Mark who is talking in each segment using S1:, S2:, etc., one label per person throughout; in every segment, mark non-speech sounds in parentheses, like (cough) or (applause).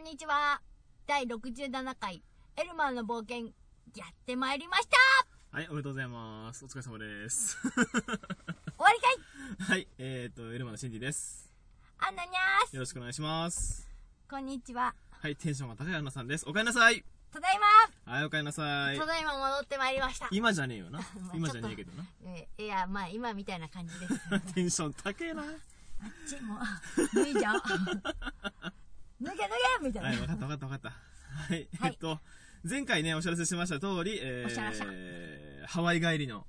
S1: んにちは。第67回、エルマーの冒険、やってまいりました
S2: はい、おめでとうございます。お疲れ様です。
S1: (laughs) 終わりかい
S2: はい、えっ、ー、と、エルマのシンディです。
S1: アンナニャー
S2: よ
S1: ス
S2: ろしくお願いします。
S1: こんにちは。
S2: はい、テンションが高いアンナさんです。おかえりなさい。
S1: ただいま、
S2: はい、おかえりなさい
S1: た。だいま戻ってまいりました。
S2: 今じゃね
S1: (laughs)
S2: えよな
S1: ま。あ
S2: 今じゃねえけどな。
S1: えーいや、まあ今みたいな感じです。
S2: テンション
S1: (laughs)
S2: 高えな。は
S1: ちもう、脱いじゃおう。脱げ脱げみたいな。
S2: い、わかったわかったわかった。はい、
S1: はい
S2: えっと、前回ね、お知らせしました通り、え
S1: お知らせ
S2: ー、ハワイ帰りの、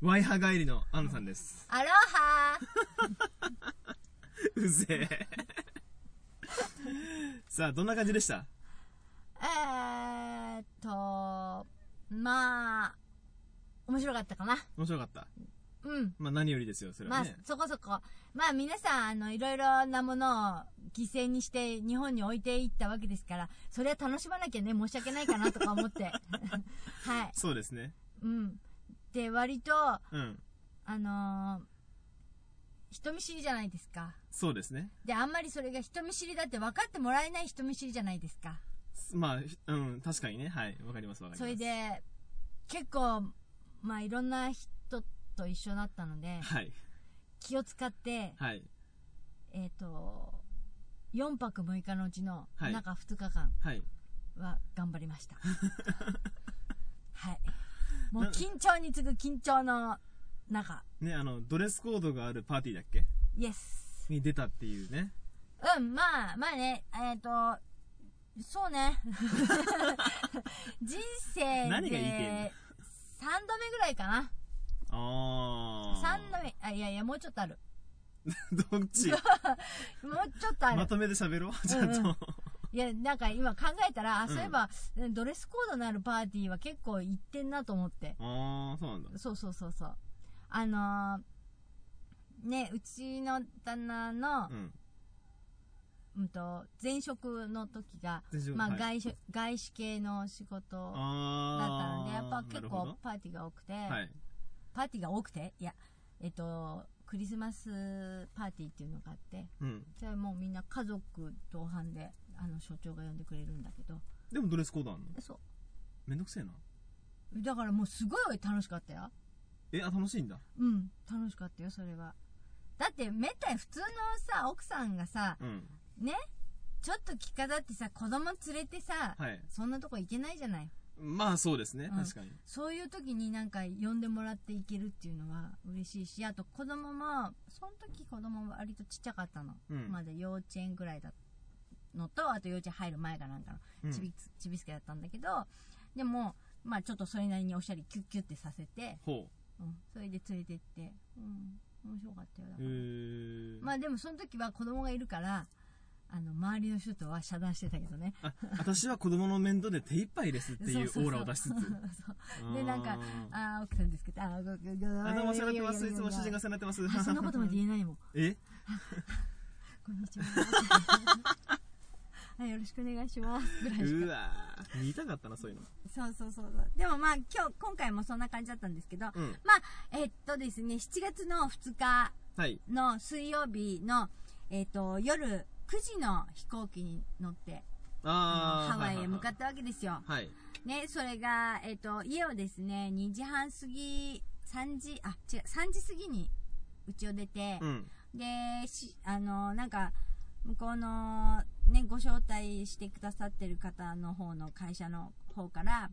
S2: ワイハ帰りのアンナさ
S1: (laughs)
S2: んです。
S1: アロハ
S2: うぜえ。 (laughs) さあ、どんな感じでした
S1: ー。えーっと、まあ、面白かったかな。
S2: 面白かった。
S1: うん。
S2: まあ何よりですよ、それ
S1: ま
S2: は
S1: あ
S2: ね。、
S1: そこそこ。まあ、皆さん、あの、いろいろなものを犠牲にして日本に置いていったわけですから、それは楽しまなきゃね、申し訳ないかなとか思って。
S2: (laughs)
S1: はい。
S2: そうですね。
S1: うん。で、割と、
S2: うん。
S1: あのー人見知りじゃないですか。
S2: そうですね。
S1: で、あんまりそれが人見知りだって分かってもらえない人見知りじゃないですか。
S2: まあ、うん、確かにね。はい。わかります、わかります。
S1: それ。で、結構、まあ、いろんな人と一緒だったので、
S2: はい。
S1: 気を使って、
S2: はい。
S1: えっ、と、4泊6日のうちの
S2: はい
S1: 中2日間
S2: はい。
S1: は頑張りました。
S2: (laughs)
S1: はい。もう緊張に次ぐ緊張の中。
S2: ね、あの、ドレスコードがあるパーティーだっけ
S1: イエス。
S2: に出たっていうね。
S1: うん、まあ、まあね、えっ、と、そう
S2: (laughs)
S1: ね。人生で、3度
S2: 何
S1: 目
S2: が言いてんの
S1: ぐらいかな。
S2: あ
S1: 3度目、あ、いやいや、もうちょっとある。
S2: ー。 (laughs) どっち
S1: もうちょっとある
S2: ま。とめて喋ろう。ちゃんと。
S1: うんいや、なんか今考えたら、あ、
S2: うん
S1: そういえば、ドレスコードのあるパーティーは結構行ってんなと思って。
S2: あー、そうなんだ。
S1: そうそうそうそう。あのー、ね、うちの旦那の
S2: う、ん。
S1: うんと、前職の時が、
S2: 前職
S1: まあ
S2: はい
S1: 外資、外資系の仕事だっ
S2: あ
S1: たの
S2: ー。
S1: で、やっぱ結
S2: なる
S1: 構
S2: ほ
S1: パーティーが多くて、
S2: どはい。
S1: パーティーが多くて、いや、えっと、クリスマスパーティーっていうのがあって、
S2: うん。
S1: それはもうみんな家族同伴で、あの、所長が呼んでくれるんだけど、
S2: でもドレスコードあんの
S1: そう。
S2: めんどくせえな。
S1: だからもうすごい楽しかったよ。
S2: え、あ、楽しいんだ。
S1: うん、楽しかったよ、それは。だって、めったに普通のさ、奥さんがさ、
S2: うん。
S1: ね、ちょっと着飾ってさ、子供連れてさ、
S2: はい。
S1: そんなとこ行けないじゃない。
S2: まあそうですね。
S1: うん
S2: 確かに。
S1: そういう時になんか呼んでもらって行けるっていうのは嬉しいし、あと子供も、その時子供は割とちっちゃかったの。
S2: うん
S1: まだ幼稚園ぐらいだのと、あと幼稚園入る前かなんかの、
S2: うん
S1: ちびつ、ちびすけだったんだけど、でも、まあちょっとそれなりにおしゃれキュッキュッてさせて、
S2: ほ
S1: うん、それで連れてって、うん、面白かったよ。だ
S2: う。
S1: から
S2: えー。
S1: まあでもその時は子供がいるから、あの、周りの人とは遮断してたけど
S2: (laughs)
S1: ね。
S2: あ私は子供の面倒で手一杯ですっていうオ
S1: そうそうそう
S2: ーラを出しつつ。
S1: そうでなんか
S2: あ
S1: あー、奥さんですけど、あー、ごごご
S2: ー、あどうもお世話になってます。いつも主人がお世話になってます。
S1: あそんなことまで言えないもん。
S2: (laughs) え
S1: こんにちは。 (laughs) はい、よろしくお願いします。ぐらいし
S2: う
S1: か。
S2: わー見たかったな、そういうの。
S1: そうそうそうそう。でもまあ、今日、今回もそんな感じだったんですけど、
S2: うん。
S1: まあ、えっとですね、7月の2日
S2: はい。
S1: の水曜日の、えっと、夜9時の飛行機に乗って、あ
S2: あー。。
S1: のハワイへ向かったたわけですよ。
S2: はい。
S1: ね、それが、えっ、と、家をですね、2時半過ぎ、3時、あ、違う、3時過ぎに、うちを出て、
S2: うん。
S1: で、し、あの、なんか、向こうの、ね、ご招待してくださってる方の方の会社の方から、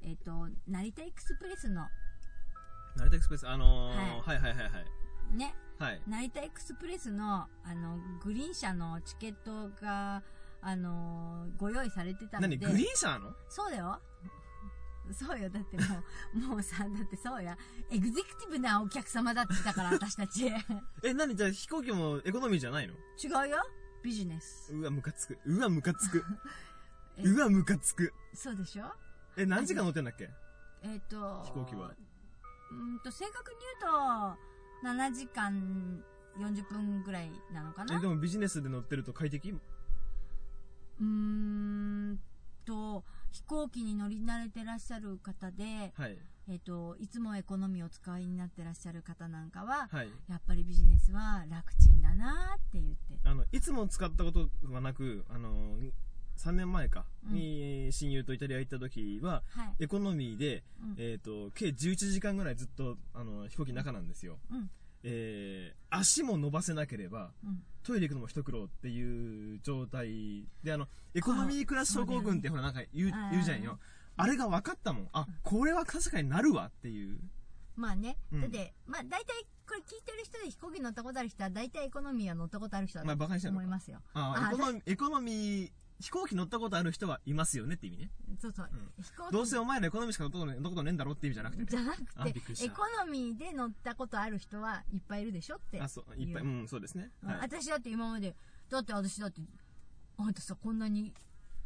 S1: えっ、と、成田エクスプレスの、
S2: 成田エクスプレス、あのー、はいはいはいはい。
S1: ね、
S2: はい。
S1: 成田エクスプレスの、あの、グリーン車のチケットが、あの、ご用意されてたので。
S2: 何グリーン車なの
S1: そうだよ。そうよ。だってもう、もうさ、だってそうや。エグゼクティブなお客様だってだから、私たち。違
S2: え、何じゃあ飛行機もエコノミーじゃないの
S1: うよ。ビジネス。
S2: うわ、ムカつく。うわ、ムカつく
S1: (laughs) 。え
S2: うわ、ムカつく。
S1: そうでしょ
S2: え、何時間乗ってんだっけ
S1: えっ、と。
S2: 飛行機は。
S1: うーんと、正確に言うと、7時間40分ぐらいなのかな
S2: え、
S1: う
S2: でもビジネスで乗ってると快適
S1: ーんと、飛行機に乗り慣れてらっしゃる方で、
S2: はい。
S1: えっ、と、いつもエコノミーをお使いになってらっしゃる方なんかは、
S2: はい。
S1: やっぱりビジネスは楽ちんだなーって言って。
S2: あの、いつも使ったことはなく、あの、 3年前か、
S3: うん
S2: に親友とイタリア行った時は、
S3: はい。
S2: エコノミーで、
S3: うん
S2: えっ、と、計11時間ぐらいずっと、あの、飛行機の中なんですよ。
S3: うん。
S2: えー足も伸ばせなければ、
S3: うん。
S2: トイレ行くのも一苦労っていう状態で、あの、エコノミークラス症候群ってほらなんか言う
S3: あー
S2: 言うじゃんよ。あれが分かったもん。あ、これは確かになるわっていう。
S1: まあね、
S2: うん
S1: だって、まあ大体、これ聞いてる人で飛行機乗ったことある人は、大体エコノミーは乗ったことある人
S2: まあ
S1: だ
S2: 馬鹿にして
S1: と
S2: んの
S1: 思
S2: か
S1: いますよ。
S2: あ
S1: あ
S2: エコノミー、エコノミー、飛行機乗ったことある人はいますよねって意味ね。
S1: そうそう、
S2: う
S1: 飛行機
S2: どうせお前らエコノミーしか乗ったことね乗ったことねえんだろって意味じゃなくてね。
S1: じゃな
S2: あ
S1: く
S2: びっく
S1: て、
S2: りし
S1: エ
S2: た
S1: コノミーで乗ったことある人はいっぱいいるでしょって。
S2: あ、そう、いっぱい、うん、そうですね。
S1: うん
S2: はい。
S1: 私だって今まで、だって私だって、あんたさ、こんなに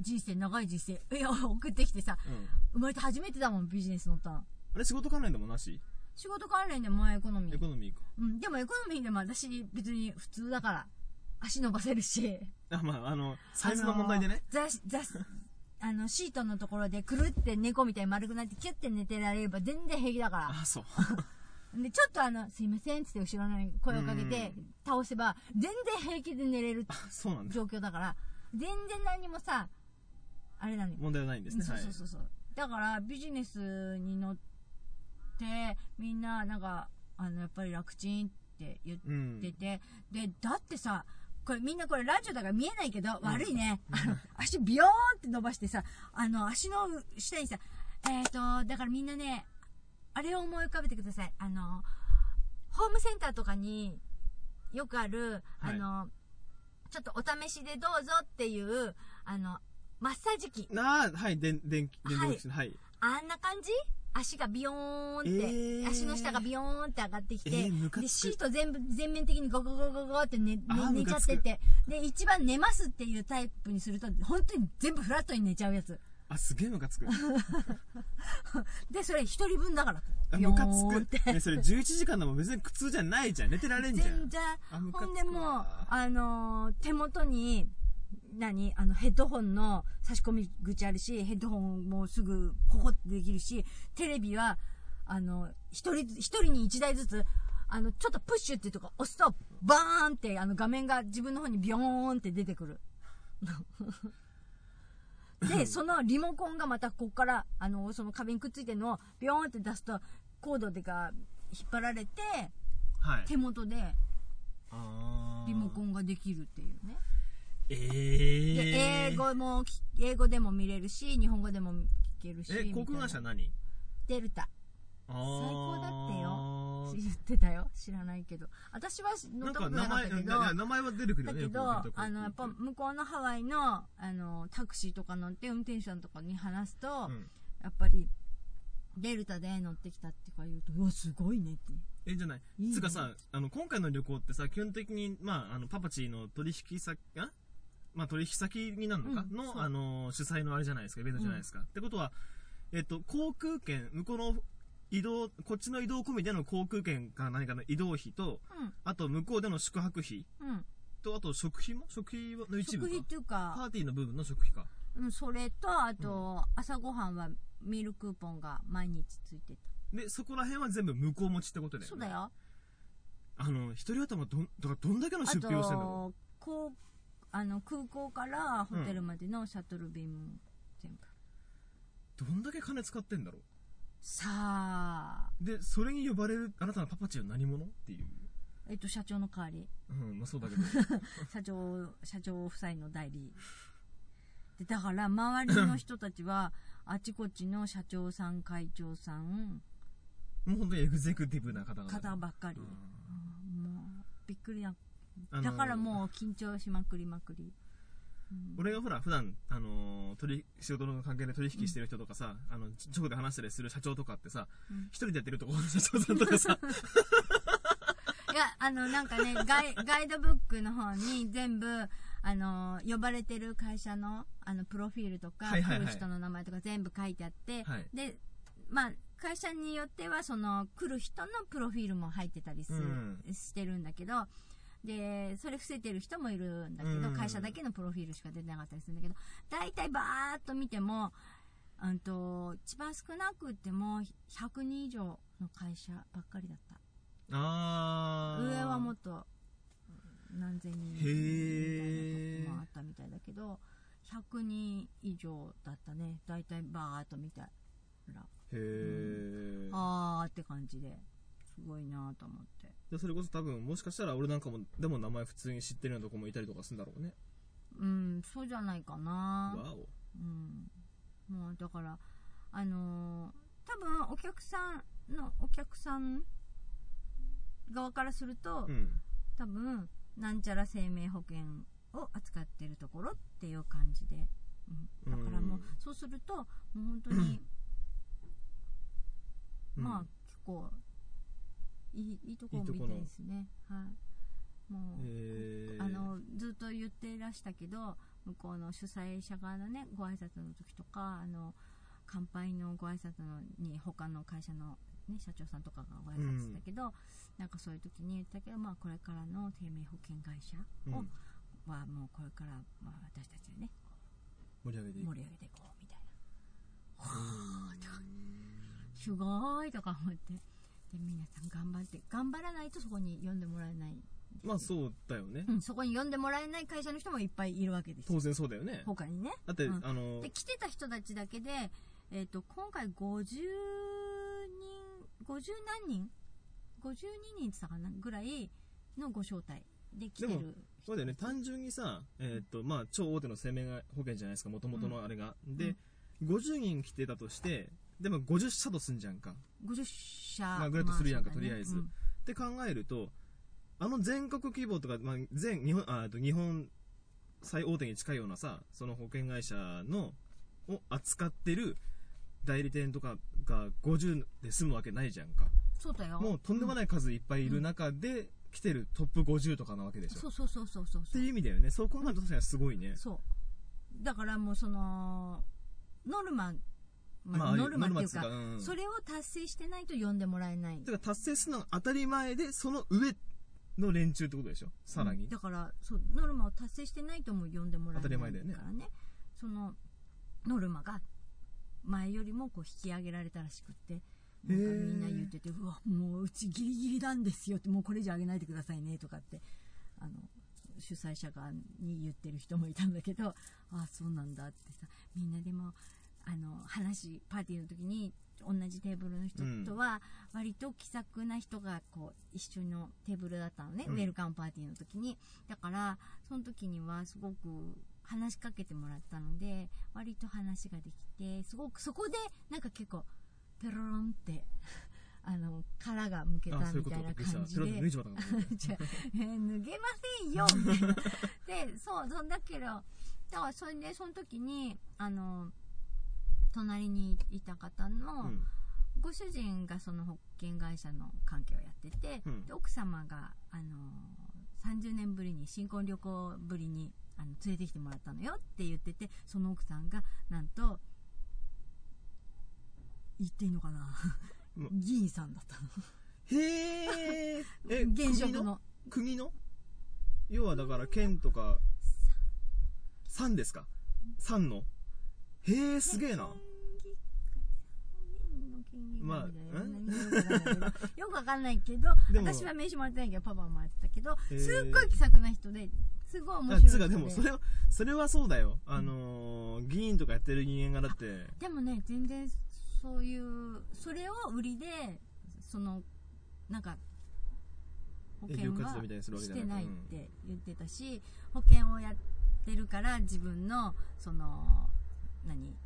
S1: 人生、長い人生、いや、送ってきてさ、
S2: うん。
S1: 生まれて初めてだもん、ビジネス乗ったの。
S2: あれ仕事関連でもなし
S1: 仕事関連でもエコノミ
S2: エ
S1: ー。
S2: コノミーか。
S1: うん、でもエコノミーでも私、別に普通だから、足伸ばせるし。
S2: あ、まあ、あの、サイズの問題でね。
S1: あのー。雑雑あの、シートのところでくるって猫みたいに丸くなってキュッて寝てられれば全然平気だから。
S2: あ、そう。 (laughs)
S1: で、ちょっとあの、すいませんっつって後ろのに声をかけて倒せば、全然平気で寝れる
S2: そうなんだ。
S1: 状況だから、全然何もさ、あれなのよ。
S2: 問題はないんですね。
S1: そう
S2: はい
S1: そう。そうそう。だから、ビジネスに乗って、みんな、なんか、あの、やっぱり楽ちんって言っ
S2: うん。
S1: 出て、で、だってさ、これみんなこれラジオだから見えないけど、悪いね。あの、足ビヨーンって伸ばしてさ、あの、足の下にさ、えっ、と、だからみんなね、あれを思い浮かべてください。あの、ホームセンターとかによくある、あ
S2: はい
S1: の、ちょっとお試しでどうぞっていう、あの、マッサージ機。
S2: なあ、はい、電、電気、電動
S1: はい
S2: 機はい。
S1: あんな感じ足がビヨーンって、
S2: えー
S1: 足の下がビヨーンって上がってきて、
S2: えームカつく
S1: で、シート全部、全面的にゴゴゴゴゴって寝、ね
S2: あー
S1: 寝
S2: ム
S1: ちゃ
S2: カ
S1: っ
S2: つく
S1: てて、で、一番寝ますっていうタイプにすると、本当に全部フラットに寝ちゃうやつ。
S2: あ、すげえムカ
S1: (laughs)
S2: つく。
S1: で、それ一人分だから、
S2: あ
S1: ビヨ
S2: ムカ
S1: ーンっ
S2: つく。
S1: て。
S2: ね、それ11時間でも別に苦痛じゃないじゃん。寝てられんじゃ
S1: 全
S2: ん。
S1: 然
S2: あムカつ
S1: ほ
S2: く
S1: ん
S2: わ
S1: でもう、あのー手元に、何あの、ヘッドホンの差し込み口あるし、ヘッドホンもすぐポコってできるし、テレビは、あの、一人ず、一人に一台ずつ、あの、ちょっとプッシュっていうとこ押すと、バーンって、あの、画面が自分の方にビョーンって出て
S2: (laughs)
S1: くる。で、そのリモコンがまたここから、あの、その壁にくっついてるのを、ビョーンって出すと、コードでか、引っ張られて、
S2: はい。
S1: 手元で、
S2: あー
S1: リモコンができるっていうね。
S2: え
S1: で
S2: ー、
S1: 英語もき、英語でも見れるし、日本語でも聞けるし。
S2: え、
S1: みた
S2: 航
S1: い
S2: 空
S1: な
S2: 会社何
S1: デルタ。
S2: 最
S1: 高だってよ言ってたよ。知らないけど。私は乗
S2: な
S1: っ
S2: ん
S1: たこ
S2: か
S1: とな
S2: 名
S1: かっ
S2: 前、
S1: たけど。
S2: な名前は出てくるよ
S1: だ
S2: ね。
S1: け
S2: よく
S1: ど、
S2: よくよく
S1: あの、やっぱ向こうのハワイの、あの、タクシーとか乗って運転手さんとかに話すと、
S2: うん
S1: やっぱり、デルタで乗ってきたってか言うと、うわ、すごいねって。
S2: え、じゃない
S1: いいね
S2: つうかさ、あの、今回の旅行ってさ、基本的に、まあ、あの、パパチーの取引先、あまあ、取引先になるのか、
S1: うんそう
S2: の、あの、主催のあれじゃないですか、イベントじゃないですか。ってことは、えっと、航空券、向こうの移動、こっちの移動込みでの航空券か何かの移動費と、あと、向こうでの宿泊費
S1: うん、うん。
S2: と、あと、食費も食費の一
S1: 食
S2: 部
S1: 費っ
S2: か。
S1: ていうか、
S2: パーティーの部分の食費か。
S1: うん、それと、あと、朝ごはんはミルクーポンが毎日ついて
S2: で、そこら辺は全部向こう持ちってことだ
S1: た。
S2: よね。
S1: そうだ。よ。
S2: あの、一人頭どん、だからどんだけの
S1: あ
S2: 出費をしてんだろう。
S1: と、こう、あの、空港からホテルまでのシャトル便も全部。
S2: どんだけ金使ってんだろ
S1: さあ、
S2: うでそれに呼ばれるあなたのパパチは何者っていう
S1: えっと、社長の代わり。
S2: うんまあそうだけ
S1: (laughs)
S2: ど
S1: 社長、社長夫妻の代理。で、だから、周りの人たちは、あちこちの社長さん、会長さん、
S2: もう本当にエグゼクティブな方々
S1: 方ばっかり。
S2: うん
S1: うんもう、びっくりな。
S2: あの
S1: だからもう、緊張しまくりまくり。うん
S2: 俺がほら普段あのー取り仕事の関係で取引してる人とかさ、あのち直で話したりする社長とかってさ
S1: うん
S2: 一、人でやってるところの社長さんと
S1: (laughs)
S2: かさ
S1: いや、あの、なんか
S2: (laughs)
S1: ね、ガイ、ガイドブックの方に全部、あの、呼ばれてる会社の、あの、プロフィールとか、
S2: はいはいは
S1: 来
S2: い
S1: る人の名前とか全部書いてあって、
S2: はい
S1: で、まあ、会社によっては、その、来る人のプロフィールも入ってたりす、
S2: うん
S1: してるんだけど、で、それ伏せてる人もいるんだけど、
S2: うん
S1: 会社だけのプロフィールしか出てなかったりするんだけど、大体バーっと見ても、うんと、一番少なくても、100人以上の会社ばっかりだった。
S2: あー
S1: 上はもっと何千人
S2: へー
S1: みたいなとこもあったみたいだけど100人以上だったねだいたいバーっと見たら
S2: へえ、
S1: あーって感じですごいなと思って
S2: でそれこそ多分もしかしたら俺なんかもでも名前普通に知ってるようなとこもいたりとかするんだろうね
S1: うんそうじゃないかな
S2: わお
S1: うん、もうだからあのー多分お客さんのお客さん側からすると、
S2: うん
S1: 多分なんちゃら生命保険を扱ってるところっていう感じで、うん、だからもう
S2: うん
S1: そうするともう本当に、まあ
S2: うん
S1: 結構いいいいところみたいですねはいもう、
S2: へえ
S1: あのずっと言っていらしたけど向こうの主催者側のねご挨拶の時とかあの乾杯のご挨拶のに他の会社の、ね、社長さんとかがご挨拶したけど、なんかそういう時に言ったけど、まあ、これからの生命保険会社
S2: うん
S1: を、はもうこれから、まあ、私たちでね
S2: 盛り上げていく
S1: 盛り上げていこうみたいな。はーとかすごいとか思ってで皆さん頑張って頑張らないとそこに読んでもらえない、
S2: まあそうだよね、
S1: うん、そこに読んでもらえない会社の人もいっぱいいるわけですよ
S2: 当然そうだよね
S1: 他にね
S2: だって、
S1: うん
S2: あの
S1: で来てた人たちだけで、えっと今回50人50何人52人って言ってたかなぐらいのご招待で来て
S2: で
S1: る
S2: もそうだよね単純にさ、えーっとまあ、超大手の生命保険じゃないですかもともとのあれが、で、50人来てたとしてでも50社とすんじゃんかっ
S1: 50社
S2: まあぐらいとするやんか
S1: まあそうだ
S2: とりあえずて考えるとあの全国規模とか、まあ、全日本あえっと日本最大手に近いようなさその保険会社のを扱ってる代理店とかが50で済むわけないじゃんか
S1: そうだよ
S2: もうとんでもない数いっぱいいる中で来てるトップ50とかなわけでしょ
S1: そうそうそうそうそう
S2: っ
S1: そ
S2: て
S1: う
S2: いう意味だよねそう考えると確かにすごいね
S1: そうだからもうそのノルマ、まあ
S2: ああ
S1: ノルマっていうか
S2: ノルマっつううん
S1: それを達成してないと呼んでもらえない
S2: だから達成するのが当たり前でその上の連中ってことでしょさらに、
S1: うんだからそうノルマを達成してないとも呼んでもらえない
S2: 当たり前だよね
S1: からねそのノルマが前よりもこう引き上げられたらしくってなんかみんな言ってて「うわもううちギリギリなんですよ」って「もうこれ以上上げないでくださいね」とかってあの主催者側に言ってる人もいたんだけど「ああそうなんだ」ってさみんなでもあの話パーティーの時に同じテーブルの人とは割と気さくな人がこう一緒のテーブルだったのね、
S2: うん
S1: ウェルカムパーティーの時にだからその時にはすごく話しかけてもらったので割と話ができてすごくそこでなんか結構ペロロンって (laughs) あの殻がむけた
S2: あそういう
S1: み
S2: こ
S1: た
S2: と
S1: い
S2: び
S1: な
S2: っくりした
S1: 感じ
S2: それは
S1: で
S2: 脱いじまったのかと思っ
S1: じゃあ (laughs) えー脱げませ
S2: (laughs)
S1: んよみたいなでそうそんだけどだからそれでその時にあの隣にいた方
S2: た
S1: の、
S2: うん
S1: ご主人がその保険会社の関係をやってて、
S2: うん
S1: で奥様が、あのー30年ぶりに新婚旅行ぶりにあの連れてきてもらったのよって言っててその奥さんがなんと言っていいのかな
S2: うん
S1: 議員さんだったの
S2: へーえ
S1: (laughs) 現職
S2: 国の
S1: の
S2: 国の要はだから県とか3ですか3のへえすげえなまあん
S1: よくわかんないけど
S2: でも
S1: 私は名刺もらってないけどパパはもらってたけど
S2: へー
S1: すっごい気さくな人ですごい面白い
S2: あ
S1: 人
S2: つうかでもそれはそれはそうだよあのー議員とかやってる人間がだって
S1: でもね全然そういうそれを売りでそのなんか保
S2: 営
S1: 険
S2: 業活
S1: は
S2: 動みたいにするわけ
S1: し
S2: じゃな
S1: て
S2: い
S1: ないって言ってたし、保険をやってるから自分のその何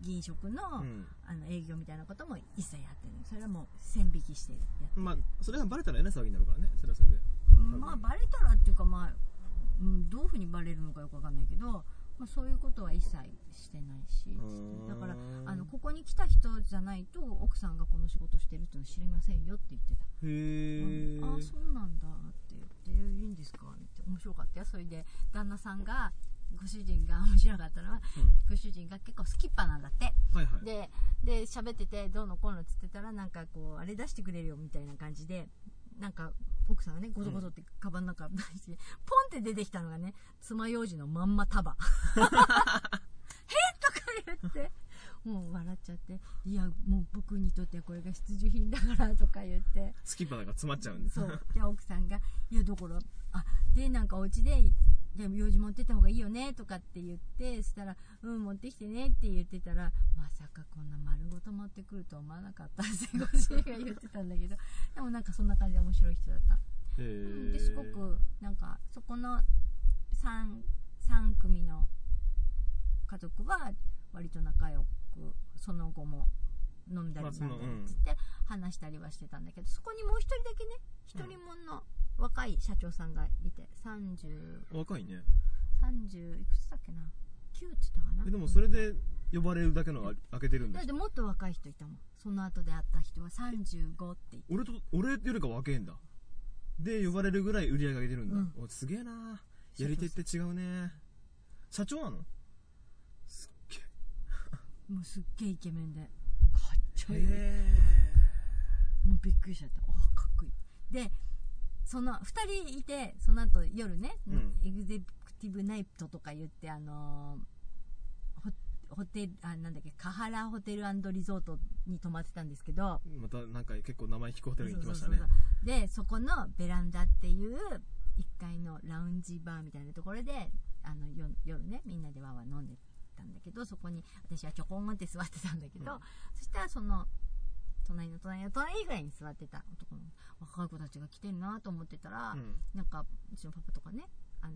S1: 議員職の,、
S2: うん
S1: あの営業みたいなことも一切やってないそれはもう線引きしてやってる
S2: まあそれがバレたらえな騒ぎになるからねそれはそれで
S1: うんまあバレたらっていうかまあ、うん、どういうふうにバレるのかよくわかんないけど、まあ、そういうことは一切してないし
S2: ーん
S1: だからあのここに来た人じゃないと奥さんがこの仕事してるっていうの知りませんよって言ってた、う
S2: へ
S1: ん
S2: え
S1: ああそうなんだって言ってえいいんですかって面白かったよそれで旦那さんがご主人が面白かったのはご主人が結構スキッパーなんだって
S2: はいはい
S1: でで喋っててどうのこうのっつってたらなんかこうあれ出してくれるよみたいな感じでなんか奥さんがねごそごそってカバンの中出して、ポンって出てきたのがね爪楊枝のまんま
S2: (laughs)
S1: 束へっとか言ってもう笑っちゃっていやもう僕にとってはこれが必需品だからとか言って
S2: スキッパーが詰まっちゃうんです
S1: そうで奥さんが「いやだからあでなんかお家ででも用事持ってった方がいいよねとかって言ってそしたら「うん持ってきてね」って言ってたらまさかこんな丸ごと持ってくるとは思わなかった (laughs) ってご主人が言ってたんだけどでもなんかそんな感じで面白い人だった、
S2: へ
S1: う
S2: ー
S1: ん、ですごくなんかそこの 3, 3組の家族は割と仲良くその後も飲んだりな
S2: まあ
S1: ん
S2: そ
S1: だり
S2: のうん
S1: っつって話したりはしてたんだけどそこにもう一人だけね一人もんの若い社長さんがいて30。
S2: 若いね
S1: 30いくつだっけな9っつったかな
S2: えでもそれで呼ばれるだけのあ開けてるん
S1: だ
S2: だ
S1: ってもっと若い人いたもんその後で会った人は35って言って
S2: 俺と俺よりか若えんだで呼ばれるぐらい売り上げ上げてるんだ、
S1: う
S2: おすげえなやり手って違うね社長なのすっ
S1: もうすっげえイケメンでかっちょ
S2: げ
S1: い
S2: え
S1: い
S2: へ
S1: もうびっくりしちゃったああかっこいいでその2人いてその後夜ね、
S2: うん
S1: エグゼクティブナイトとか言ってあのーホホテルあなんだっけカハラホテルリゾートに泊まってたんですけど
S2: えまたなんか結構名前聞くホテルに行きましたね
S1: そうそうそうそうでそこのベランダっていう1階のラウンジバーみたいなところであのよ夜ねみんなでわーわー飲んでたんだけどそこに私はちょこんって座ってたんだけど、
S2: うん
S1: そしたらその隣の隣の隣ぐらいに座ってた男の若い子たちが来てるなと思ってたら、
S2: うん
S1: なんかうちのパパとかねあの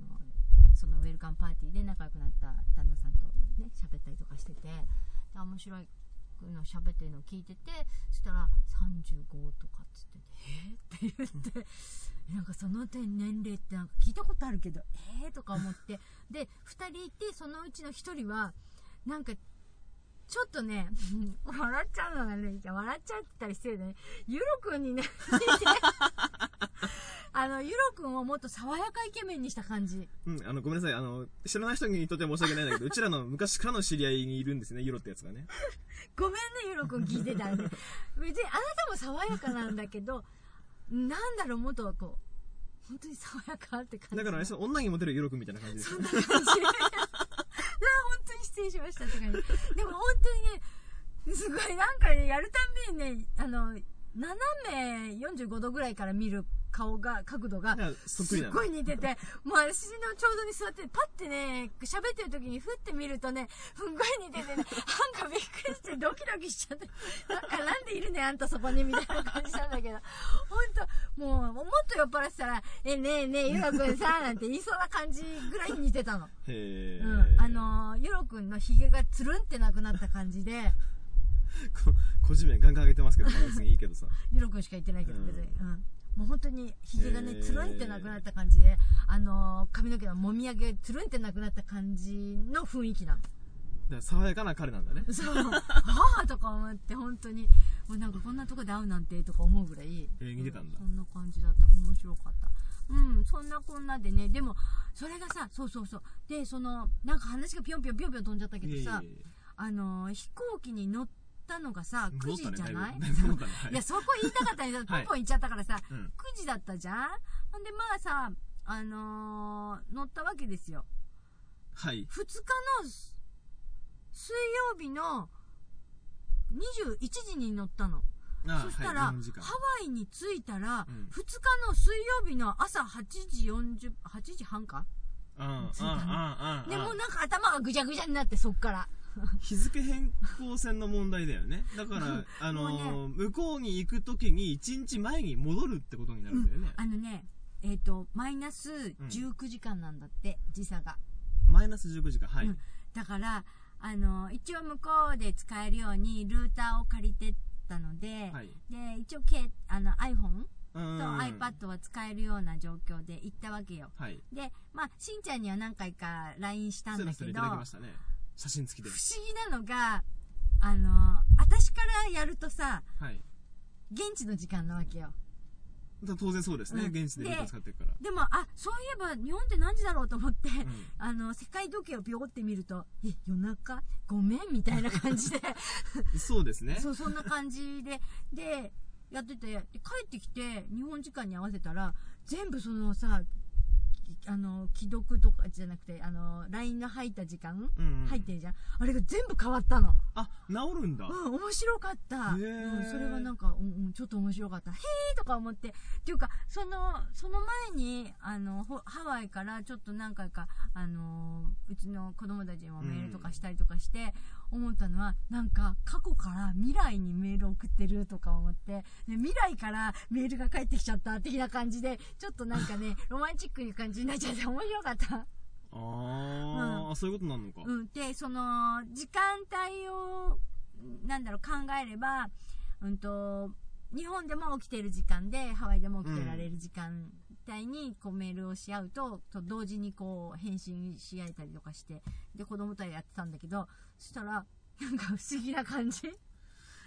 S1: そのウェルカムパーティーで仲良くなった旦那さんとね喋ったりとかしててで面白いの喋ってるのを聞いててそしたら35とかっつってて「えー、って言ってなんかその点年齢ってなんか聞いたことあるけど「えー、とか思ってで2人いてそのうちの1人はなんかちょっとね (laughs) 笑っちゃうのがね笑っちゃうって言ったら失礼だねゆろくんにね (laughs) あのゆろくんをもっと爽やかイケメンにした感じ
S2: うん、あの、ごめんなさい。あの、知らない人にとっては申し訳ないんだけど、うちらの昔からの知り合いにいるんですね、ユロってやつがね。
S1: ごめんねゆろくん聞いてたら
S2: (laughs)
S1: ね別にあなたも爽やかなんだけどなんだろうもっとこう本当に爽やかって感じ (laughs)
S2: だから、ね、その女にモテるユロ君みたいな感じですよね。
S1: 感じうわ本当に失礼しましたって感じでも本当にねすごいなんかねやるたんびにねあの斜め45度ぐらいから見る顔が角度が
S2: だからそっく
S1: す
S2: り
S1: っ
S2: なの
S1: ご。い似てて、もう私のちょうどに座って、パってね、喋ってる時にふって見るとね、すんごい似ててね、なんかびっくりしてドキドキしちゃって、なんかなんでいるねん、あんたそこに、みたいな感じなんだけど、ほんと、もう、もっと酔っ払ってたら、え、ねえねえ、ゆろくんさ、なんて言いそうな感じぐらいに似てたの。
S2: へえ。
S1: うん。あのー、ゆろくんのヒゲがつるんってなくなった感じで、
S2: こ、個人名ガンガン上げてますけど、まあ別にいいけどさ。
S1: ゆろくんしか言ってないけど、別に。うんもう本当にひげがね
S2: へー
S1: つるんってなくなった感じで、あのー髪の毛のもみあげつるんってなくなった感じの雰囲気
S2: (laughs)
S1: なの
S2: だから爽やかな彼なんだね。
S1: そう母とか思って本当にもうなんかこんなとこで会うなんてとか思うぐらい
S2: えー似てたんだ
S1: うそんな感じだった面白かったうんそんなこんなでねでもそれがさそうそうそうでそのなんか話がぴょんぴょんぴょんぴょん飛んじゃったけど
S2: いえいえいえ
S1: さあのー飛行機に乗ったのがさ9
S2: 戻っ
S1: 時
S2: たね、
S1: じゃない、
S2: だいぶ戻ったね。はい
S1: いや、そこ言いたかったんだけど
S2: (laughs) はい
S1: ポンポン言っちゃったからさ、
S2: うん
S1: 9時だったじゃんほんで、まあさ、あのー乗ったわけですよ。
S2: は
S1: 2
S2: い。
S1: 日のす水曜日の21時に乗ったの。
S2: あ
S1: そした
S2: は
S1: ら、
S2: い、日本時間
S1: ハワイに着いたら、
S2: うん
S1: 2日の水曜日の朝8時40、8時半か
S2: うん、うん、うん、 (laughs)
S1: 着いたねで
S2: うん
S1: も
S2: う。
S1: うんなんか頭がぐちゃぐちゃになって、そっから。
S2: 日付変更線の問題だよね。だから、あ
S1: も
S2: のー、向こうに行くときに1日前に戻るってことになるんだよね。
S1: あのね、えっ、と、マイナス19時間なんだって、時差が。
S2: マイナス19時間、はい。
S1: うんだからあの一応向こうで使えるようにルーターを借りてったので、
S2: はい。
S1: で一応けあの iPhone
S2: うん
S1: と iPad は使えるような状況で行ったわけよ
S2: はい。
S1: でまあしんちゃんには何回か LINE したん
S2: そうで
S1: だ
S2: す
S1: け
S2: ね、い
S1: ど
S2: た
S1: 不
S2: だき
S1: 思
S2: ましたね。写真付きで。
S1: 議なのがあの私からやるとさ
S2: はい。
S1: 現地の時間なわけよ
S2: だ当然そうですね、
S1: うん
S2: 現地でルート使ってるから。
S1: でもあそういえば日本って何時だろうと思って、
S2: うん
S1: あの世界時計をビョーって見るとえ夜中ごめんみたいな感じで
S2: そうですね。
S1: そう、そんな感じで、で、やってて、で帰ってきて、日本時間に合わせたら、全部そのさ、あの既読とかじゃなくてあの LINE の入った時間、
S2: うんうん
S1: 入ってるじゃんあれが全部変わったの
S2: あ治るんだ、
S1: うん面白かった、
S2: へ
S1: う
S2: ー
S1: ん、それはなんか、うんうん、ちょっと面白かったへえとか思ってっていうかそのその前にあのほハワイからちょっと何回かあのうちの子供たちにもメールとかしたりとかして、思ったのはなんか過去から未来にメール送ってるとか思ってで未来からメールが返ってきちゃった的な感じでちょっとなんかね (laughs) ロマンチックに感じになっちゃって面白かった。
S2: ああ、そういうことになるのか、
S1: うん、でその時間帯をなんだろう考えれば、うん、と日本でも起きてる時間でハワイでも起きてられる時間帯にこうメールをし合うとと同時にこう返信し合えたりとかしてで子供とはやってたんだけどそしたらなんか不思議な感じ。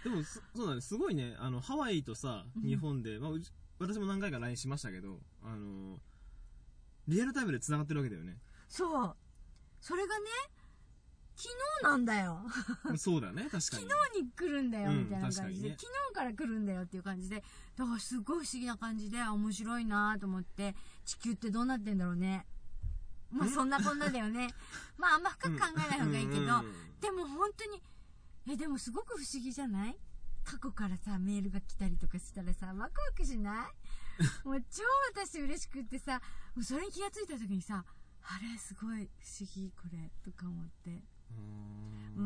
S2: でもそそうだねすごいねあのハワイとさ
S1: うん
S2: 日本で、まあ、うち私も何回か LINE しましたけどあのリアルタイムで繋がってるわけだよ
S1: (laughs)
S2: ね
S1: そうそれがね昨日なんだよ
S2: そうだね確かに
S1: 昨日に来るんだよ
S2: うん
S1: みたいな感じで、
S2: 確かにね
S1: 昨日から来るんだよっていう感じでだからすごい不思議な感じであ面白いなと思って地球ってどうなってんだろうねまあそんなこんなだよ
S2: (laughs)
S1: ねまああんま深く考えない方がいいけど、
S2: うんうん
S1: でも本当にえでもすごく不思議じゃない過去からさメールが来たりとかしたらさワクワクしない
S2: (laughs)
S1: もう超私嬉しくってさもうそれに気がついた時にさあれすごい不思議これとか思って
S2: うーん
S1: う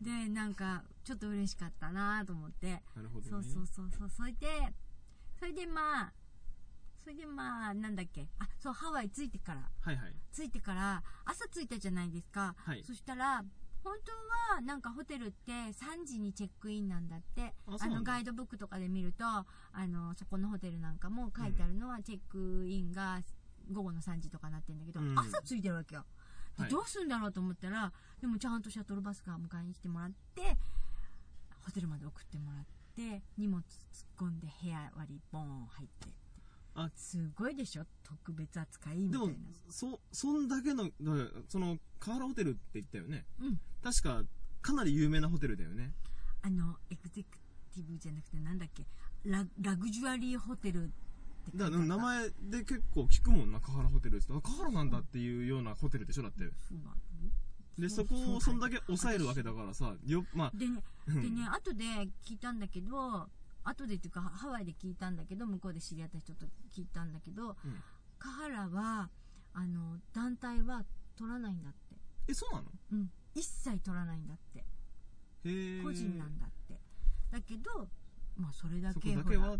S1: んでなんかちょっと嬉しかったなと思って
S2: なるほどね
S1: そうそうそうそうそれでそれでまあそれでまあなんだっけあそうハワイ着いてから
S2: はいはい
S1: 着いてから朝着いたじゃないですか、
S2: はい
S1: そしたら本当はなんかホテルって3時にチェックインなんだってあ
S2: あそうなんだ
S1: のガイドブックとかで見るとあのそこのホテルなんかも書いてあるのはチェックインが午後の3時とかなってんだけど、
S2: うん
S1: 朝着いてるわけよで、
S2: はい
S1: どうするんだろうと思ったらでもちゃんとシャトルバスが迎えに来てもらってホテルまで送ってもらって荷物突っ込んで部屋割りボーン入って
S2: あ
S1: すごいでしょ特別扱いみた
S2: で
S1: いな
S2: もそそんだけのだからその河原ホテルって言ったよね
S1: うん
S2: 確かかなり有名なホテルだよね
S1: あのエグゼクティブじゃなくてなんだっけララグジュアリーホテルって書いてあ
S2: だ
S1: っ
S2: か
S1: た
S2: ら名前で結構聞くもんな河原ホテルって言ったらあ河原なんだっていうようなホテルでしょだって
S1: そうなの
S2: で
S1: そ
S2: そうこ
S1: そう
S2: をそんだけ抑えるわけだからさよまあ
S1: でね
S2: うん (laughs)
S1: でね後で聞いたんだけど後でっていうかハワイで聞いたんだけど向こうで知り合った人と聞いたんだけど
S2: うん
S1: カハラはあの団体は取らないんだって
S2: えそうなの
S1: うん一切取らないんだって
S2: へえ
S1: 個人なんだってだけどまあそれだ
S2: そこ
S1: け
S2: だ
S1: ほ
S2: け
S1: ら
S2: は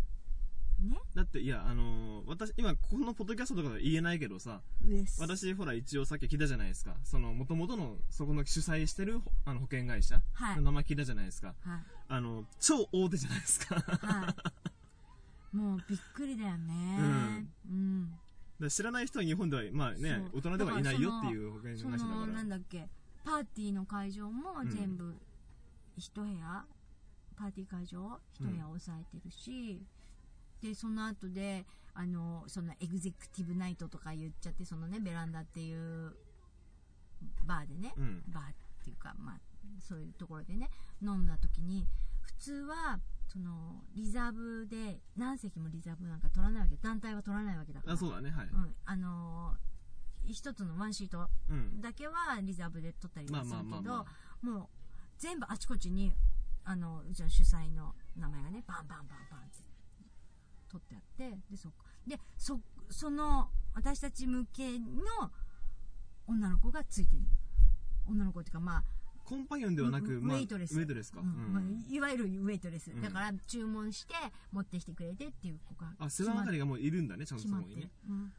S1: ね
S2: だっていやあのー私今このポッドキャストとかでは言えないけどさ
S1: 上す
S2: 私ほら一応さっき聞いたじゃないですかその元々のそこの主催してるほあの保険会社
S1: はい
S2: の名前聞いたじゃないですか、
S1: はい
S2: あの超大手じゃないですか (laughs)
S1: はい、もうびっくりだよね、うん
S2: で知らない人は日本ではまあね
S1: そ
S2: 大
S1: う
S2: 人ではいないよっていう保険会社
S1: そ
S2: だか
S1: の
S2: ら
S1: なんだっけパーティーの会場も全部一部屋、パーティー会場一部屋を抑えてるし、でその後であのそのエグゼクティブナイトとか言っちゃってそのねベランダっていうバーでね、
S2: うん
S1: バーっていうか、まあ、そういうところでね飲んだ時に普通はそのリザーブで何席もリザーブなんか取らないわけ団体は取らないわけだから
S2: あそうだねはい、
S1: うん、あのー一つのワンシート
S2: うん、
S1: だけはリザーブで取ったり
S2: ま
S1: は
S2: あ
S1: する
S2: まあまあ
S1: けど、
S2: ま
S1: もう全部あちこちにあのうちの主催の名前がねバンバンバンバンって取ってあってでそでそその私たち向けの女の子がついてる女の子っていうかまあ
S2: あコンパニオンではなく
S1: ウ
S2: まあ
S1: ウェイトレス
S2: ウェイトレスか、
S1: うん
S2: うん
S1: まあ、いわゆるウェイトレス、
S2: うん
S1: だから注文して持ってきてくれてっていう子が
S2: あ世話係
S1: 決
S2: がもういるんだねちゃんとそ
S1: ま
S2: こ
S1: っ
S2: に
S1: て
S2: ね
S1: うん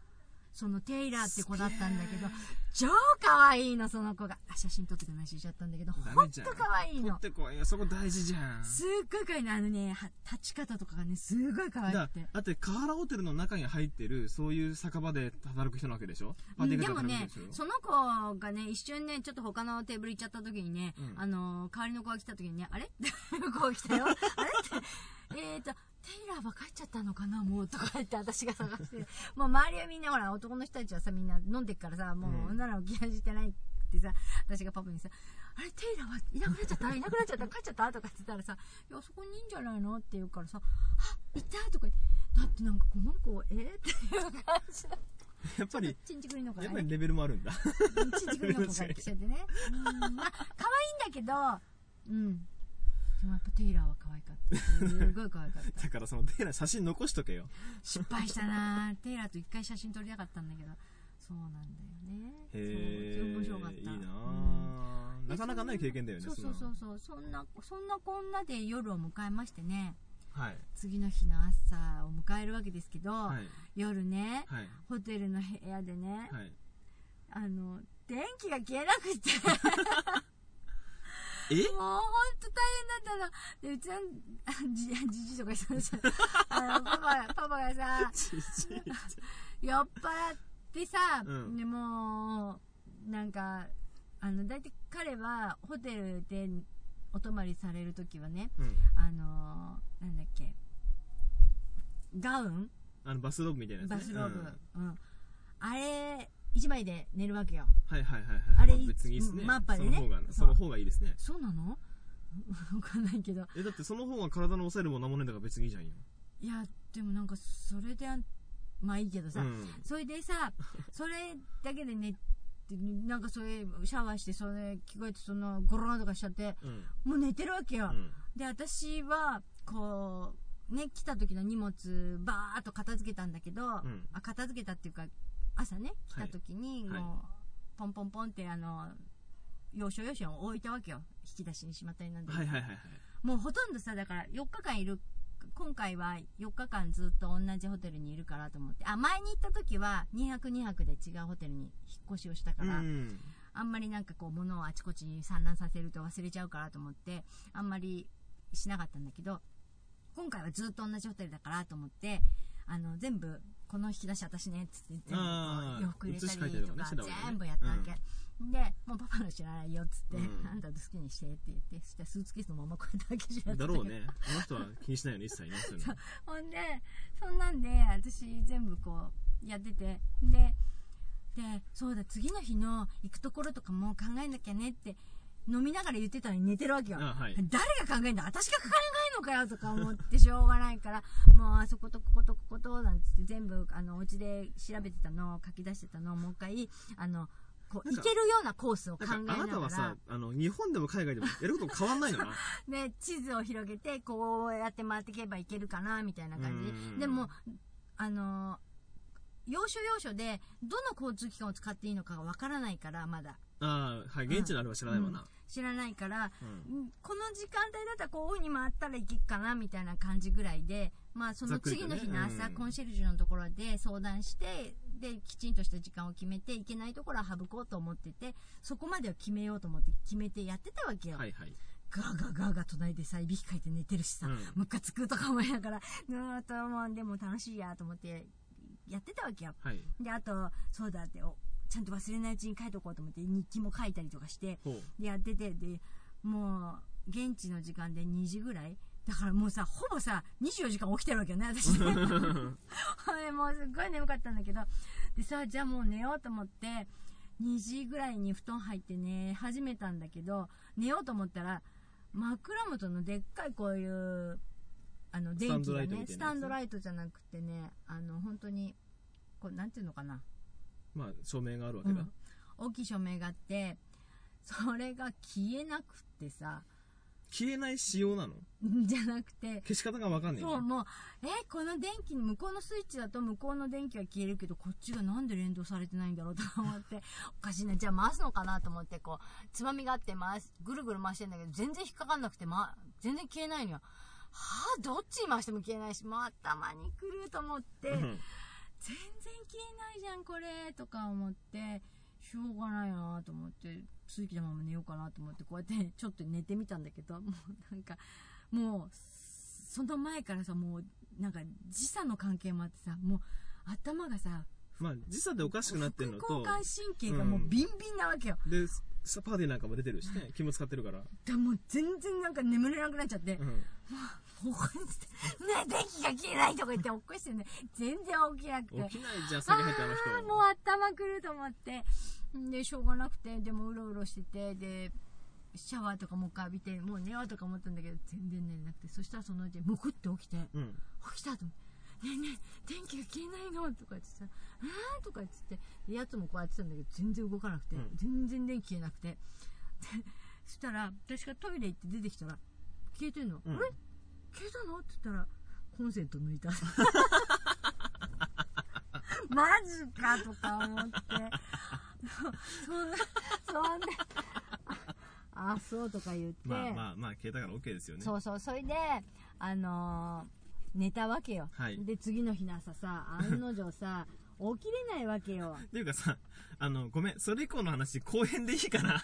S1: そのテイラーって子だったんだけど超可愛いのその子があ写真撮ってくれないしちゃったんだけど
S2: ダ
S1: ほ
S2: メ
S1: ん
S2: じ
S1: と
S2: ゃん
S1: 可愛い
S2: 取
S1: の
S2: ってこいよそこ大事じゃん
S1: すっごい可愛いのあのねは立ち方とかがねすごい可愛
S2: だ
S1: くて
S2: だって河原ホテルの中に入ってるそういう酒場で働く人なわけでしょパ
S1: う
S2: ー
S1: ん
S2: ティ
S1: で
S2: ー会社で
S1: も
S2: 働
S1: ね
S2: く人でしょ、
S1: その子がね、一瞬ね、ちょっと他のテーブル行っちゃった時にね、
S2: うん
S1: あのー、代わりの子が来た時にね、あれ (laughs) こう来たよ。あれって、えっと、テイラーは帰っちゃったのかなもうとか言って私が探
S2: (laughs)
S1: して。もう周りはみんなほら、男の人たちはさ、みんな飲んでっからさ、も
S2: うん
S1: う女の子気がしてないってさ、私がパパにさ、あれテイラーはいなくなっちゃったいなくなっちゃった帰っちゃったとか言ってたらさ、いや、そこにいいんじゃないのって言うからさ、あ、いたとか言って、だってなんかこの子、えーっていう感じだった
S2: やっぱり、
S1: ちんちくりの子
S2: や
S1: が
S2: っぱり
S1: ね。
S2: レベルもあるんだ。
S1: ちんちくりの子が来ちゃってね。うんまあ、可愛いんだけど、うん。でもやっぱテイラーは可愛かった。すごい可愛かった。
S2: だからそのテイラー写真残しとけよ。
S1: 失敗したなぁテイラーと一回写真撮りたかったんだけどそうなんだよね
S2: へ
S1: そう
S2: え。
S1: 面白かった
S2: いいな
S1: うん
S2: ぁなかなかない経験だよね、
S1: そうそうそうそうそんなそんなこんなで夜を迎えましてね
S2: う。はい。
S1: 次の日の朝を迎えるわけですけど、
S2: はい。
S1: 夜ね
S2: はい。
S1: ホテルの部屋でね、
S2: はい。
S1: あの電気が消えなくて
S2: え
S1: もうほんと大変だったのでうちのあじじじいとか言ってたのあのパパパパがさ
S2: ちち
S1: 酔っ払ってさ、
S2: うん
S1: でもうなんかあの大体彼はホテルでお泊まりされる時はね
S2: うん。
S1: あのーなんだっけガウン
S2: あの、バスローブみたいなやつね。
S1: バスローブ、
S2: うん
S1: うんあれ1枚で寝るわけよ
S2: はいはいはいはい。
S1: あれ
S2: ま別にいいっすね。
S1: マッパでね
S2: その方が、
S1: そう
S2: その方がいいですね。
S1: そうなの (laughs) わかんないけど
S2: え、だってその方が体の抑えるも何もないんだから別にいいじゃんよ。
S1: いやでもなんかそれであんまあいいけどさ、
S2: うん。
S1: それで
S2: (laughs)
S1: さそれだけで寝てなんかそれシャワーしてそれ聞こえてそのゴロンとかしちゃって
S2: うん。
S1: もう寝てるわけよ、
S2: うん。
S1: で私はこうね来た時の荷物バーっと片付けたんだけど、
S2: ん
S1: あ片付けたっていうか朝ね来た時に
S2: はい
S1: もうポンポンポンってあの要所要所を置いたわけよ引き出しにしまったりなんで、
S2: はいはいはいはい。
S1: もうほとんどさだから4日間いる今回は4日間ずっと同じホテルにいるからと思ってあ前に行った時は2泊2泊で違うホテルに引っ越しをしたから、
S2: うん。
S1: あんまりなんかこう物をあちこちに散乱させると忘れちゃうからと思ってあんまりしなかったんだけど今回はずっと同じホテルだからと思ってあの全部この引き出し私ねっつって全部こ
S2: あー
S1: う洋服入れた
S2: 写し替え
S1: り
S2: たり
S1: と
S2: と
S1: か
S2: かねしてたもんね
S1: 全部やったわけ、でもうパパの知らないよっつって、
S2: うん
S1: あんたと好きにしてって言ってそしたらスーツケースのままこれだけじゃな
S2: だろうね。あの人は気にしないよね、一切ね。そういうの
S1: ほんで、そんなんで、私全部こう、やってて、で、で、そうだ、次の日の行くところとかも考えなきゃねって、飲みながら言ってたのに寝てるわけよ。
S2: あはい。
S1: 誰が考えんだ私が考えんのかよとか思ってしょうがないから、もうあそことこことこことなんつって全部、あの、お家で調べてたのを書き出してたのをもう一回、あの、こう、
S2: なん
S1: 行
S2: か
S1: けるようなコースを考え
S2: なんか
S1: な
S2: あなた
S1: が
S2: は
S1: ら
S2: さ、、あの、日本でも海外でもやること変わんないのな。
S1: ね、地図を広げて、こうやって回っていけばいけるかな、みたいな感
S2: うん
S1: じ。でも、あのー要所要所で、どの交通機関を使っていいのかがわからないから、まだ。
S2: ああ、はい、現地のあれは知らないわな。
S1: 知らないから、
S2: うん。
S1: うんこの時間帯だったらこういう風に回ったらいけっかな、みたいな感じぐらいで、まあ、そ
S2: ざ
S1: の
S2: っくり
S1: 次
S2: と
S1: の
S2: ね
S1: 日の朝、
S2: うん
S1: コンシェルジュのところで相談して、で、きちんとした時間を決めて、いけないところは省こうと思ってて、そこまでは決めようと思って、決めてやってたわけよ。
S2: はいはい。
S1: ガーガーガーガー隣でさ、いびきかいて寝てるしさ、
S2: うん
S1: ムカつくとか思いながら、うーんと、もうでも楽しいやと思って、やってたわけよ。
S2: はい。
S1: で、あと、そうだって、おちゃんと忘れないうちに書いとこうと思って、日記も書いたりとかして、
S2: ほう。
S1: で、やってて、で、もう、現地の時間で2時ぐらいだからもうさ、ほぼさ、24時間起きてるわけよね、私 (laughs) ね。はいもうすっごい眠かったんだけど。でさ、じゃあもう寝ようと思って、2時ぐらいに布団入って寝始めたんだけど、寝ようと思ったら、枕元のでっかいこういう、あの、電気がね、
S2: ス
S1: ス
S2: タ
S1: タ
S2: ン
S1: ン
S2: ド
S1: ド
S2: ラ
S1: ライトじゃなくてね、あの、本当に、こう、なんていうのかな。
S2: まあ、照明があるわけだ。
S1: うん大きい照明があって、それが消えなくってさ、 (laughs)
S2: 消えない仕様なの
S1: じゃなくて、
S2: 消し方がわかんねえ
S1: そう、
S2: な
S1: もう、え、この電気、向こうのスイッチだと向こうの電気は消えるけど、こっちがなんで連動されてないんだろうと思って、おかしいな、じゃあ回すのかなと思って、こう、つまみがあって回す、ぐるぐる回してんだけど、全然引っかかんなくて、ま、全然消えないのよ。はあ、どっちに回しても消えないし、もう頭にくると思って、
S2: う
S1: 全然
S2: ん
S1: 消えないじゃん、これ、とか思って、しょうがないなと思って、ついきのまま寝ようかなと思って、こうやって (laughs) ちょっと寝てみたんだけど、もうなんか、もう、その前からさ、もう、なんか、時差の関係もあってさ、もう、頭がさ、
S2: まあ、時差でおかしくなってんの
S1: 交
S2: と、
S1: 感神経がもううんビンビンなわけよ。
S2: で、さパーティーなんかも出てるしね、気も使ってるから。
S1: でもう全然なんか眠れなくなっちゃって (laughs)
S2: う、ん。
S1: もうこうやってね、電気が消えないとか言って、おっこしてね、全然起きなくて。
S2: 起きないじゃん、先入ったあの
S1: あー
S2: 人。
S1: もう頭くると思ってでしょうがなくてでもうろうろしててでシャワーとかもう一回浴びてもう寝ようとか思ったんだけど全然寝れなくてそしたらそのうちむくって起きて
S2: うん。
S1: 起きたと思って
S3: 「ねえねえ電気が消えないの?」とか言ってさ「あー」とか言ってでやつもこうやってたんだけど全然動かなくて、
S2: うん
S3: 全然電気消えなくてでそしたら私がトイレ行って出てきたら「消えてんの、
S2: うん
S3: あれ消えたの?」って言ったら「コンセント抜い
S2: (laughs)
S3: た」
S1: マジかとか
S3: (laughs)
S1: 思ってそんなそんなああそうとか言って、
S2: まあまあまあ消えたから OK ですよね
S1: そうそうそれであのー寝たわけよ、
S2: はい
S1: で次の日の朝さ案の定さ (laughs) 起きれないわけよ
S2: っていうかさあのごめんそれ以降の話後編でいいかな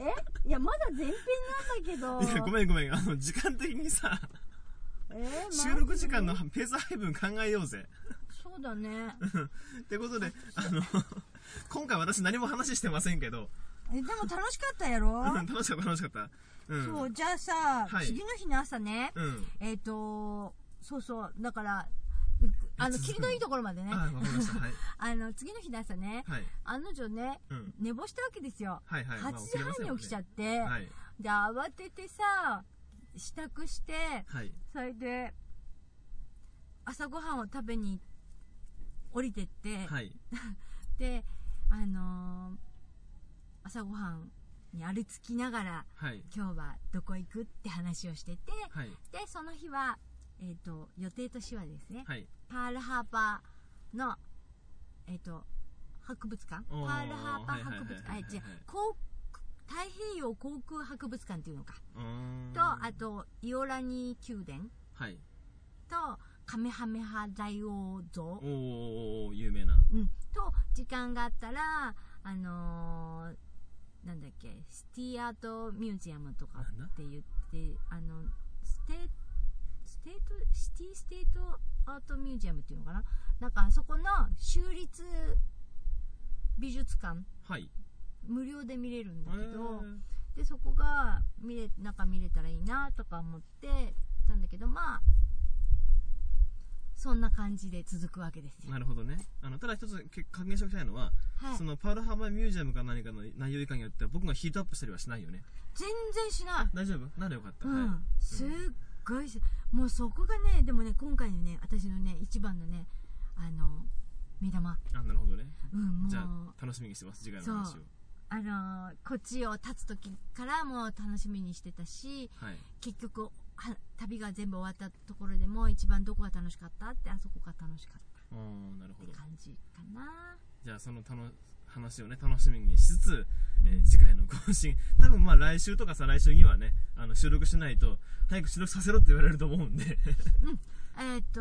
S1: えいやまだ前編なんだ
S2: い
S1: け
S2: や
S1: ど
S2: (laughs) ごめんごめんあの時間的に
S1: (laughs)
S2: さ
S1: えー
S2: 収録時間の
S1: マジ
S2: ペース配分考えようぜ
S1: そうだね
S2: ってことであの (laughs) 今回私何も話してませんけど、
S1: えでも楽しかったやろ
S2: うん、 (laughs) 楽しかった楽しかったうん
S1: そうじゃあさ、
S2: はい
S1: 次の日の朝ね
S2: うん
S1: えっ、とそうそうだからあの霧のいいところまでね
S2: あわかりましたはい
S1: あの次の日の朝ね
S2: はい
S1: 案の定ね
S2: うん
S1: 寝坊したわけですよ、
S2: はいはい、
S1: 8時半に起きちゃ
S2: っ
S1: って、
S2: てはい
S1: で慌ててさ支度して
S2: はい
S1: それで朝ごはんを食べに降りてって、
S2: はい
S1: であのー朝ごはんに歩つきながら
S2: はい
S1: 今日はどこ行くって話をしてて
S2: はい
S1: でその日は、えー、と予定としてはですね、
S2: はい
S1: パールハーパーのえっ、と博物館パ
S2: おー
S1: ールハーパー博物館
S2: はいはいはいはい
S1: あ違う航太平洋航空博物館っていうのか、
S2: うーん
S1: とあとイオラニ宮殿
S2: はい
S1: とカメハメハ大王像
S2: おー、おーおー有名な
S1: うん、と時間があったらあのーなんだっけシティアートミュージアムとか
S2: なんだ
S1: って言ってあのステステートシティステートアートミュージアムっていうのかななんかあそこの州立美術館
S2: はい
S1: 無料で見れるんだ
S2: え
S1: けど、
S2: ー
S1: でそこが見れなんか見れたらいいなとか思ってたんだけどまあそんな感じで続くわけですよ。
S2: なるほどねあのただ一つけ還元しておきたいのは、
S1: はい
S2: そ、のパールハーバーミュージアムか何かの内容以下によっては僕がヒートアップしたりはしないよね
S1: 全然しない
S2: 大丈夫ならよかった、
S1: う
S2: はい
S1: ん、すっごいしもうそこがねでもね今回のね私のね一番のねあの目玉
S2: あなるほどね
S1: うんもう
S2: じゃ
S1: あ
S2: あ楽しみにしてます次回の話を
S1: そうのこっちを立つ時からもう楽しみにしてたし
S2: はい
S1: 結局は旅が全部終わったところでも一番どこが楽しかったってあそこが楽しかった
S2: おーなるほ
S1: っ
S2: ど
S1: て感じかな
S2: じゃあその楽話をね楽しみにしつつ、えー次回の更新多分まあ来週とか再来週にはねあの収録しないと早く収録させろって言われると思う
S1: (laughs)
S2: んで
S1: えーっと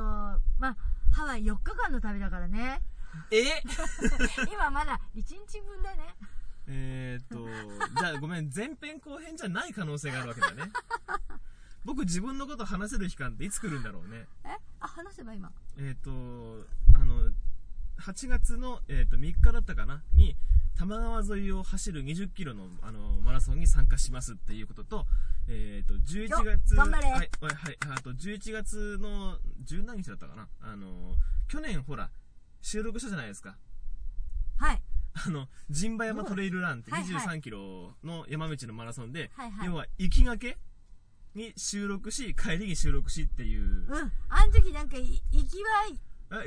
S1: まあハワイ4日間の旅だから
S2: (laughs)
S1: ね
S2: え
S1: 今まだ1日分だね
S2: えーっとじゃあごめん前編後編じゃない可能性があるわけだね僕自分のこと話せる期間っていつ来るんだろうね
S1: えあ話せば今
S2: えっ、と、あの、8月の、えー、と3日だったかなに、多摩川沿いを走る20キロのあのマラソンに参加しますっていうことと、えっ、と、11月、
S1: よ頑張れ
S2: はい、はい、はいあと11月の十何日だったかなあの、去年ほら、収録したじゃないですか。
S1: はい
S2: あの、陣馬山トレイルランって
S1: はいはい
S2: 23キロの山道のマラソンで、
S1: はいはい
S2: 要は行きがけに収録し、帰りに収録しっていう
S1: うんあの時なんかい行きは
S2: え、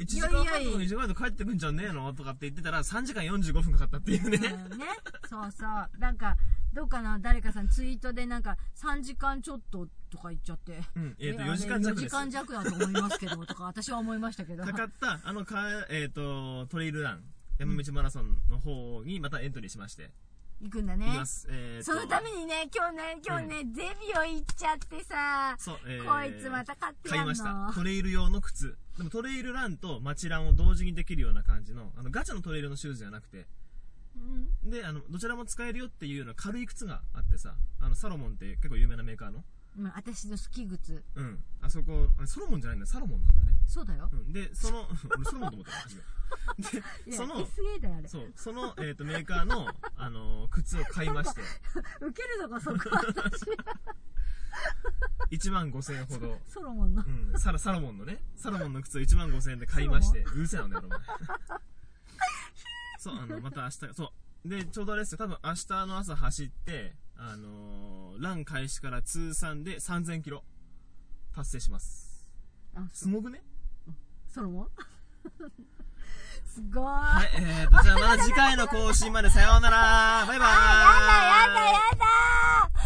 S2: 1時間半とか
S1: いやいやい
S2: 2時間半とか帰ってくんじゃねえのとかって言ってたら、3時間45分かかったっていうね。
S1: うんね、そうそうなんかどうかな誰かさんツイートでなんか3時間ちょっととか言っちゃって、
S2: うん、えっ、と、
S1: ねあれ
S2: 4時間弱
S1: 4
S2: で
S1: 時
S2: す。
S1: 間弱だと思いますけどとか私は思いましたけど
S2: かかった、あの、か、えっ、と、トレイルラン、山道マラソンの方にまたエントリーしまして、
S1: 行くんだね
S2: います。えーと
S1: そのためにね今日ね今日ね、ゼミを行っちゃってさ、
S2: そう、えー
S1: こいつまた買って
S2: 買
S1: やん
S2: い
S1: の
S2: ました。トレイル用の靴。でもトレイルランと街ランを同時にできるような感じの、あの、ガチャのトレイルのシューズじゃなくて、
S1: うん
S2: で、あの、どちらも使えるよっていうような軽い靴があってさ、あの、サロモンって結構有名なメーカーの。
S1: まあ、私のスキー靴
S2: うん。あそこ、あれソロモンじゃないんだ、サロモンなんだね。
S1: そうだよ、
S2: うんで、その、 (laughs) 俺、そのもと思ったよ初め。
S1: い
S2: で、
S1: や
S2: その、
S1: SA だよあれ
S2: そう、その、えっ、と、メーカーの、あのー靴を買いまして、
S1: 受けるのがそこ私
S2: 1万5000円ほど。
S1: ソロモンの
S2: うん、サラ、サロモンのね、サロモンの靴を1万5000円で買いまして、うるせえなのよ、お前。そう、あの、また明日、そう。で、ちょうどあれですよ、多分明日の朝走って、あのーラン開始から通算で3000キロ達成します。
S1: あ
S2: すごくね
S3: ソロモン
S1: (laughs)
S3: すごい、
S2: はい、えーと、じゃあまた次回の更新までさようなら。バイバーイ。
S1: やだやだ